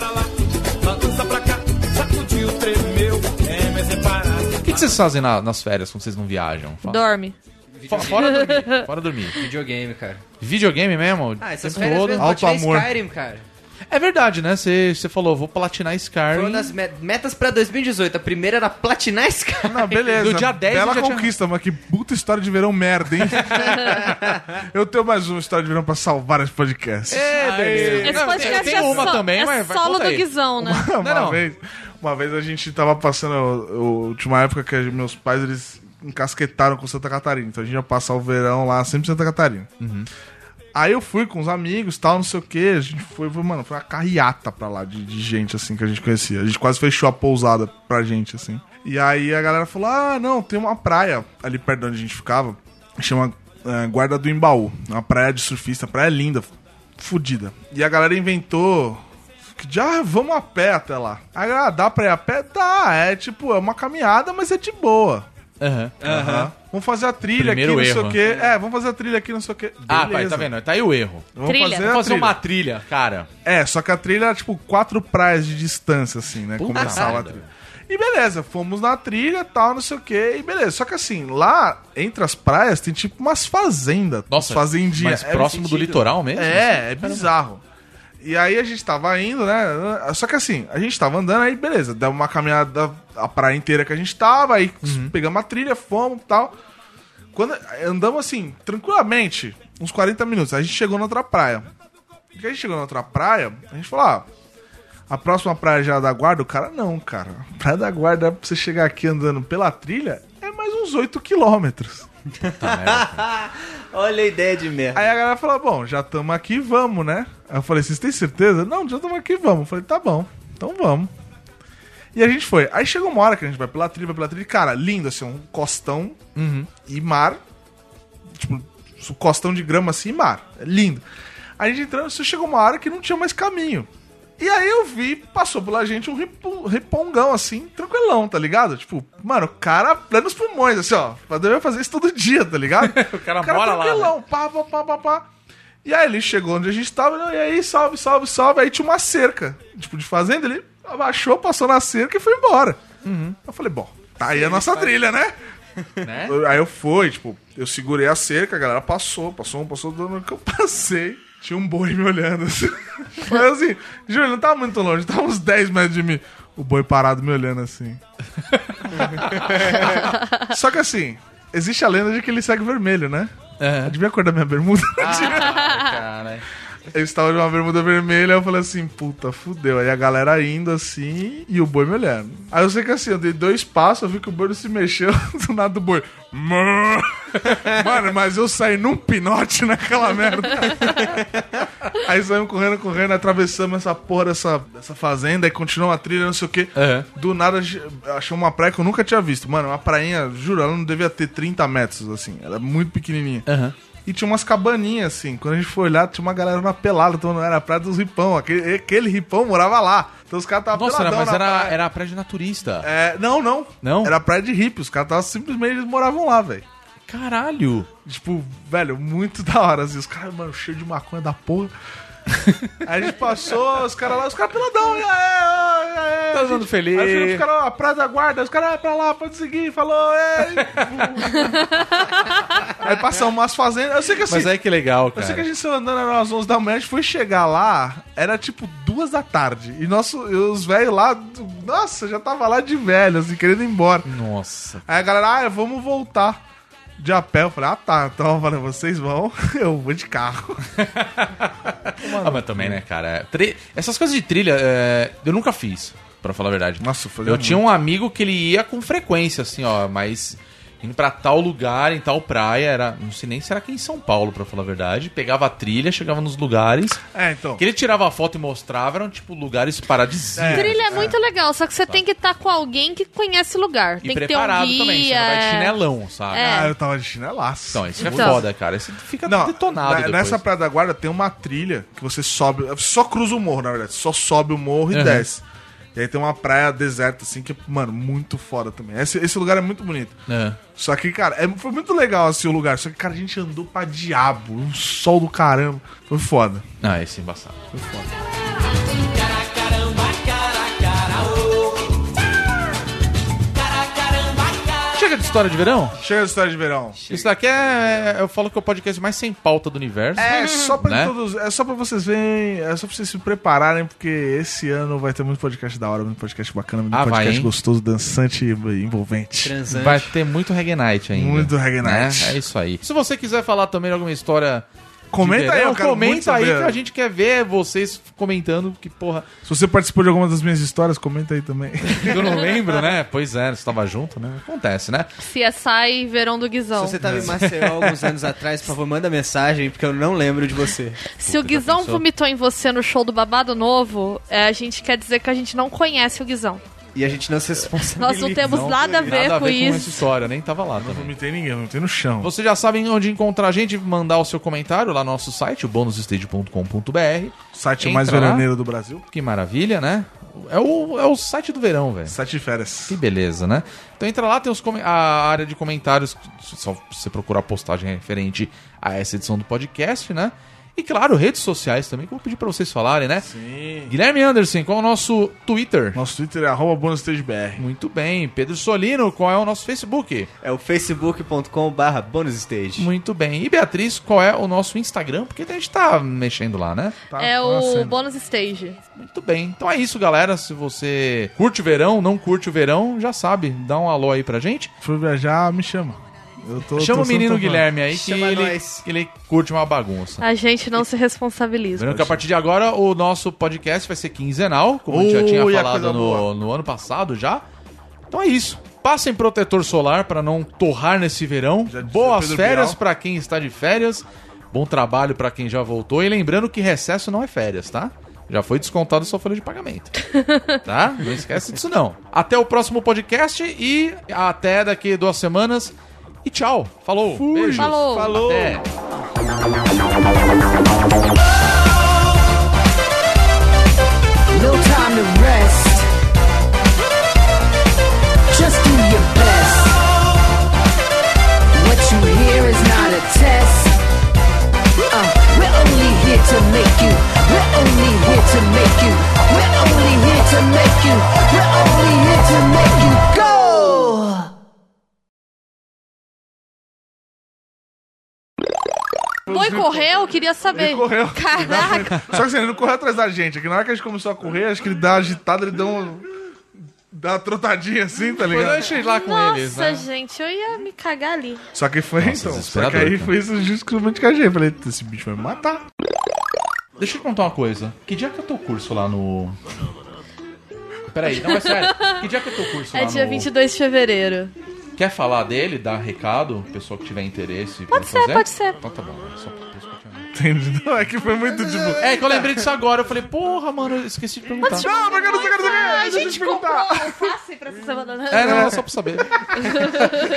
O que, que vocês fazem na- nas férias quando vocês não viajam? Fala.
Dorme.
Fo- Fora dormir. Fora dormir.
Videogame, cara.
Videogame mesmo?
Ah, essas
tempo
férias
todo?
mesmo,
alto
alto
amor.
Skyrim, cara.
É verdade, né? Você você falou, vou platinar
Foi
Skyrim.
uma das me- metas pra 2018. A primeira era platinar Skyrim.
Não, beleza.
Do dia 10 eu
Bela
já tinha-
conquista, mas que puta história de verão merda, hein? eu tenho mais uma história de verão pra salvar esse podcast.
É, beleza.
Esse
Não,
podcast
tem- tem
é,
uma
só-
também,
é
mas vai,
solo
conta
do
aí.
Guizão, né?
uma
Não, não.
vez, uma vez a gente tava passando a última época que meus pais eles encasquetaram com Santa Catarina, então a gente ia passar o verão lá sempre em Santa Catarina. Aí eu fui com os amigos, tal, não sei o que. A gente foi, foi, mano, foi uma carreata pra lá de, de gente, assim, que a gente conhecia. A gente quase fechou a pousada pra gente, assim. E aí a galera falou: ah, não, tem uma praia ali perto de onde a gente ficava, que chama eh, Guarda do Embaú. É Uma praia de surfista, praia é linda, fudida. E a galera inventou. que de, Ah, vamos a pé até lá. Aí, a galera, "Ah, dá pra ir a pé? Dá, é tipo, é uma caminhada, mas é de boa.
Aham.
Aham. Vamos fazer a trilha
Primeiro
aqui, não
erro.
sei o quê. É, vamos fazer a trilha aqui, não sei o quê.
Ah, pai,
Beleza.
tá vendo? Tá aí o erro.
Vamos
Trilha.
fazer, a
Vou fazer
trilha.
uma trilha, cara.
um É, só que a trilha era tipo quatro praias de distância, assim, né?
Puta
Começava a
merda.
trilha. E beleza, fomos na trilha, tal, não sei o quê, e beleza. Só que assim, lá entre as praias tem tipo umas fazendas.
Nossa,
fazendinhas.
mais
É
próximo do litoral mesmo?
é, é bizarro. E aí a gente tava indo, né? Só que assim, a gente tava andando, aí beleza, deu uma caminhada a praia inteira que a gente tava, aí pegamos a trilha, fomos e tal. Quando andamos assim, tranquilamente, uns 40 minutos, aí a gente chegou na outra praia. E quando a gente chegou na outra praia, a gente falou, ah, a próxima praia já é da guarda, o cara não, cara. A praia da guarda, pra você chegar aqui andando pela trilha, é mais uns 8 quilômetros.
Olha a ideia de merda.
Aí a galera falou: Bom, já estamos aqui, vamos, né? Aí eu falei: Vocês têm certeza? Não, já estamos aqui, vamos. Eu falei: Tá bom, então vamos. E a gente foi. Aí chegou uma hora que a gente vai pela trilha, vai pela trilha. e, Cara, lindo, assim, um costão e mar. Tipo, um costão de grama assim e mar. É lindo. Aí a gente entrando, só chegou uma hora que não tinha mais caminho. E aí eu vi, passou pela gente um ripo- ripongão assim, tranquilão, tá ligado? Tipo, mano, o cara plenos pulmões, assim, ó. Deve fazer isso todo dia, tá ligado?
O cara mora lá, né?
tranquilão, pá, pá, pá, pá, pá. E aí ele chegou onde a gente tava, e aí, salve, salve, salve. Aí tinha uma cerca, tipo, de fazenda, ele abaixou, passou na cerca e foi embora.
Uhum.
Eu falei, bom, tá aí a nossa trilha, né?
Né?
Eu- Aí eu fui, tipo, eu segurei a cerca, a galera passou, passou um, passou dois, na hora que eu passei. Tinha um boi me olhando. Assim. Mas assim, Júlio, não tava muito longe, tava uns 10 metros de mim. O boi parado me olhando assim. Só que assim, existe a lenda de que ele segue vermelho, né?
É. Ah,
Adivinha a cor da minha bermuda?
Cara.
Ele estava de uma bermuda vermelha, eu falei assim, puta, fudeu. Aí a galera indo assim e o boi me olhando. Aí eu sei que assim, eu dei dois passos, eu vi que o boi não se mexeu, do nada do boi. "Mã". Mano, mas eu saí num pinote naquela merda. Aí saímos correndo, correndo, atravessamos essa porra dessa, dessa fazenda e continuamos a trilha, não sei o quê.
Aham.
Do nada a gente achou uma praia que eu nunca tinha visto. Mano, uma prainha, juro, ela não devia ter 30 metros, assim. Ela é muito pequenininha.
Aham.
E tinha umas cabaninhas, assim. Quando a gente foi olhar, tinha uma galera na pelada, então não era a praia dos ripão. Aquele, aquele ripão morava lá. Então os caras estavam
Nossa, era,
peladão
mas
na
era,
praia.
era a praia de naturista.
É, não, não.
Não?
Era praia de hippie. Os caras estavam simplesmente, eles moravam lá, velho.
Caralho!
Tipo, velho, muito da hora. Assim, os caras, mano, cheio de maconha da porra. Aí a gente passou, os caras lá, os caras peladão, e aí, e aí,
Todo mundo feliz.
Aí os caras, ó, Praia da Guarda, os caras, ah, pra lá, pode seguir, falou, ei. tipo. aí passamos umas fazendas, eu sei que assim,
Mas aí que legal,
eu sei que a
cara.
gente saiu andando era umas 11 da manhã, a gente foi chegar lá, era tipo duas da tarde, e, nosso, e os velhos lá, nossa, já tava lá de velho, assim, querendo ir embora.
Nossa.
Aí a galera, ah, vamos voltar de a pé. Eu falei, ah tá, então eu falei, vocês vão, eu vou de carro.
Ah, mas também, né, cara? Tri- Essas coisas de trilha, é, eu nunca fiz, pra falar a verdade.
Nossa, eu fazia
Eu tinha um amigo que ele ia com frequência, assim, ó, mas indo pra tal lugar, em tal praia, era. Não sei nem se era aqui em São Paulo, pra falar a verdade. Pegava a trilha, chegava nos lugares.
É, então.
Que ele tirava a foto e mostrava, eram, tipo, lugares paradisíacos.
Trilha é, muito legal, só que você tem que estar com alguém que conhece o lugar.
Tá. E
tem que ter um
preparado
guia.
também, você não vai de
é.
chinelão, sabe?
É.
Ah, eu tava de chinelaço.
Então, isso é
Então.
foda, cara. Isso fica detonado
na-
depois.
nessa Praia da Guarda tem uma trilha que você sobe, só cruza o morro, na verdade, só sobe o morro e
Uhum.
desce. E aí tem uma praia deserta, assim, que, mano, muito foda também. Esse, esse lugar é muito bonito.
É.
Só que, cara, é- foi muito legal, assim, o lugar. Só que, cara, a gente andou pra diabo, um sol do caramba. Foi foda.
Ah, esse é embaçado. Chega de história de verão?
Chega de história de verão.
Isso daqui é, é- Eu falo que é o podcast mais sem pauta do universo.
É só, pra
Né?
todos, é só pra vocês verem, é só pra vocês se prepararem, porque esse ano vai ter muito podcast da hora, muito podcast bacana, muito
Ah, vai,
podcast
hein?
gostoso, dançante e envolvente.
Transante.
Vai ter muito Reggae Night ainda.
Muito Reggae
né?
Night.
É isso aí. Se você quiser falar também alguma história. de
Comenta aí,
verão,
eu quero muito
comenta aí
saber.
que a gente quer ver vocês comentando. Que porra.
Se você participou de alguma das minhas histórias, comenta aí também.
Eu não lembro, né? Pois é, você tava junto, né? Acontece, né?
CSI Verão do Guizão.
Se
Se,
você tava em Maceió alguns anos atrás, por favor, manda mensagem, porque eu não lembro de você.
o Guizão
pensou?
vomitou em você no show do Babado Novo, é, a gente quer dizer que a gente não conhece o Guizão.
E a gente não se responsabiliza.
Nós não temos nada a ver,
Nada a
com,
ver com essa
isso.
história, nem tava lá também.
vomitei ninguém, vomitei no chão.
Vocês já sabem onde encontrar a gente, mandar o seu comentário lá no nosso site, o bonusstage.com.br.
Site
Entra
mais
lá.
veraneiro do Brasil.
Que maravilha, né? É o, é o site do verão, velho.
Site de férias.
Que beleza, né? Então entra lá, tem os come- a área de comentários, só você procurar a postagem referente a essa edição do podcast, né? E claro, redes sociais também, que eu vou pedir pra vocês falarem, né?
Sim.
Guilherme Anderson, qual é o nosso Twitter?
Nosso Twitter é arroba bonusstagebr.
Muito bem. Pedro Solino, qual é o nosso Facebook?
É o facebook.com/barra bonusstage.
Muito bem. E Beatriz, qual é o nosso Instagram? Porque a gente tá mexendo lá, né?
Tá
é o
nascendo.
bônus stage.
Muito bem. Então é isso, galera. Se você curte o verão, não curte o verão, já sabe, dá um alô aí pra gente.
Fui viajar, me chama. Eu tô-
Chama
tô
o menino
sendo tão-
Guilherme aí que
Chama
ele,
nós.
que ele curte uma bagunça.
A gente não se responsabiliza.
Lembrando que a partir de agora o nosso podcast vai ser quinzenal, como a gente já
Ui,
tinha
a
falado
coisa
no,
boa.
no ano passado já. Então é isso. Passem protetor solar pra não torrar nesse verão.
Já dizia
Boas
Pedro
férias
Bial.
pra quem está de férias. Bom trabalho pra quem já voltou. E lembrando que recesso não é férias, tá? Já foi descontado sua folha de pagamento. tá? Não esquece disso não. Até o próximo podcast e até daqui duas semanas. E tchau. Falou. Beijos.
Falou.
Falou.
Até.
No time to rest. Just do your best. What you hear is not a test. Uh, we're only here to make you. We're only here to make you. We're only here to make you. We're only here to make you go.
Boi correu, queria saber.
Ele correu.
Caraca.
Só que assim, ele não correu atrás da gente. É que na hora que a gente começou a correr, acho que ele dá uma agitada, ele dá um. Dá uma trotadinha assim, tá
Depois eu
ligado?
deixei lá com eles,
Nossa,
né?
gente, eu ia me cagar ali.
Só que foi então. Só que
desesperador,
aí
cara.
foi isso justamente que a gente. Falei, esse bicho vai me matar.
Deixa eu te contar uma coisa. Que dia que é teu curso lá no. Peraí, não, mas sério. Que dia que é teu curso
É
lá
dia
no.
22 de fevereiro.
Quer falar dele, dar recado, pessoal que tiver interesse?
Pode ser, pode ser.
Então tá bom. é Só por isso que eu tinha-
Entende? Não, é que foi muito tipo.
É que eu lembrei disso agora. Eu falei, porra, mano, eu esqueci de perguntar.
Não, mas eu não sei, eu não sei, eu não sei.
Ah, a
Deixa eu
gente
te
comprou
perguntar.
alface pra essa semana. né?
É, não, só pra saber.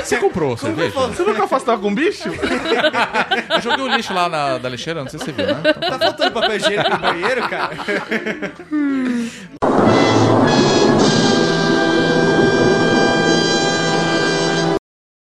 Você comprou, você viu?
Você nunca afastou algum bicho?
Eu joguei o lixo lá na, da lixeira, não sei se você viu, né?
Tá faltando papel higiênico no banheiro, cara?